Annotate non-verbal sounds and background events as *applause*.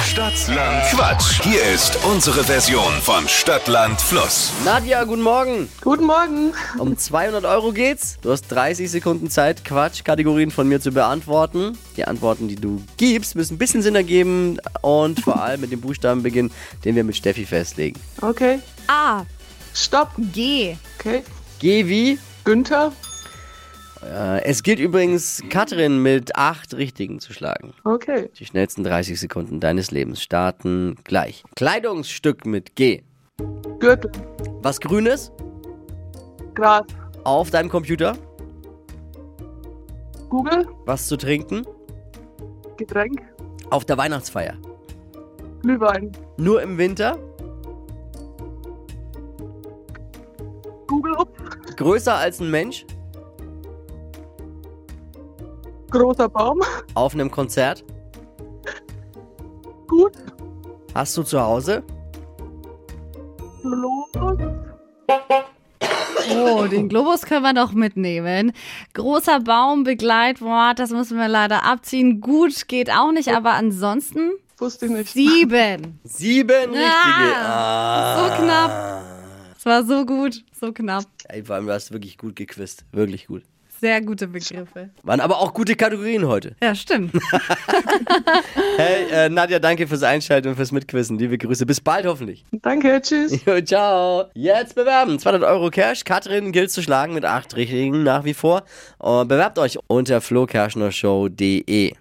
Stadtland Quatsch. Hier ist unsere Version von Stadtland Fluss. Nadja, guten Morgen. Guten Morgen. Um 200 Euro geht's. Du hast 30 Sekunden Zeit, Quatschkategorien von mir zu beantworten. Die Antworten, die du gibst, müssen ein bisschen Sinn ergeben und vor allem mit dem Buchstaben beginnen, den wir mit Steffi festlegen. Okay. A. Stopp. G. Okay. Geh wie? Günther. Äh, es gilt übrigens, Katrin mit acht Richtigen zu schlagen. Okay. Die schnellsten 30 Sekunden deines Lebens starten gleich. Kleidungsstück mit G. Gürtel. Was Grünes Gras. auf deinem Computer. Google. Was zu trinken Getränk. auf der Weihnachtsfeier. Glühwein. Nur im Winter. Google. Größer als ein Mensch Großer Baum. *laughs* auf einem Konzert. Gut. Hast du zu Hause? Los. Oh, den Globus können wir noch mitnehmen. Großer Baum, Begleitwort, das müssen wir leider abziehen. Gut, geht auch nicht, aber ansonsten Wusste ich nicht. sieben. Sieben richtige. Ah. Ah, So knapp. Es war so gut, so knapp. Ey, vor allem, du hast wirklich gut gequist. Wirklich gut. Sehr gute Begriffe. Waren aber auch gute Kategorien heute. Ja, stimmt. Hey, äh, Nadja, danke fürs Einschalten und fürs Mitquissen. Liebe Grüße. Bis bald hoffentlich. *laughs* Danke. Tschüss. Jo, ciao. Jetzt bewerben. 200 Euro Cash. Katrin gilt zu Äh, schlagen mit acht Richtigen nach wie vor. Und bewerbt euch unter flokerschnershow.de.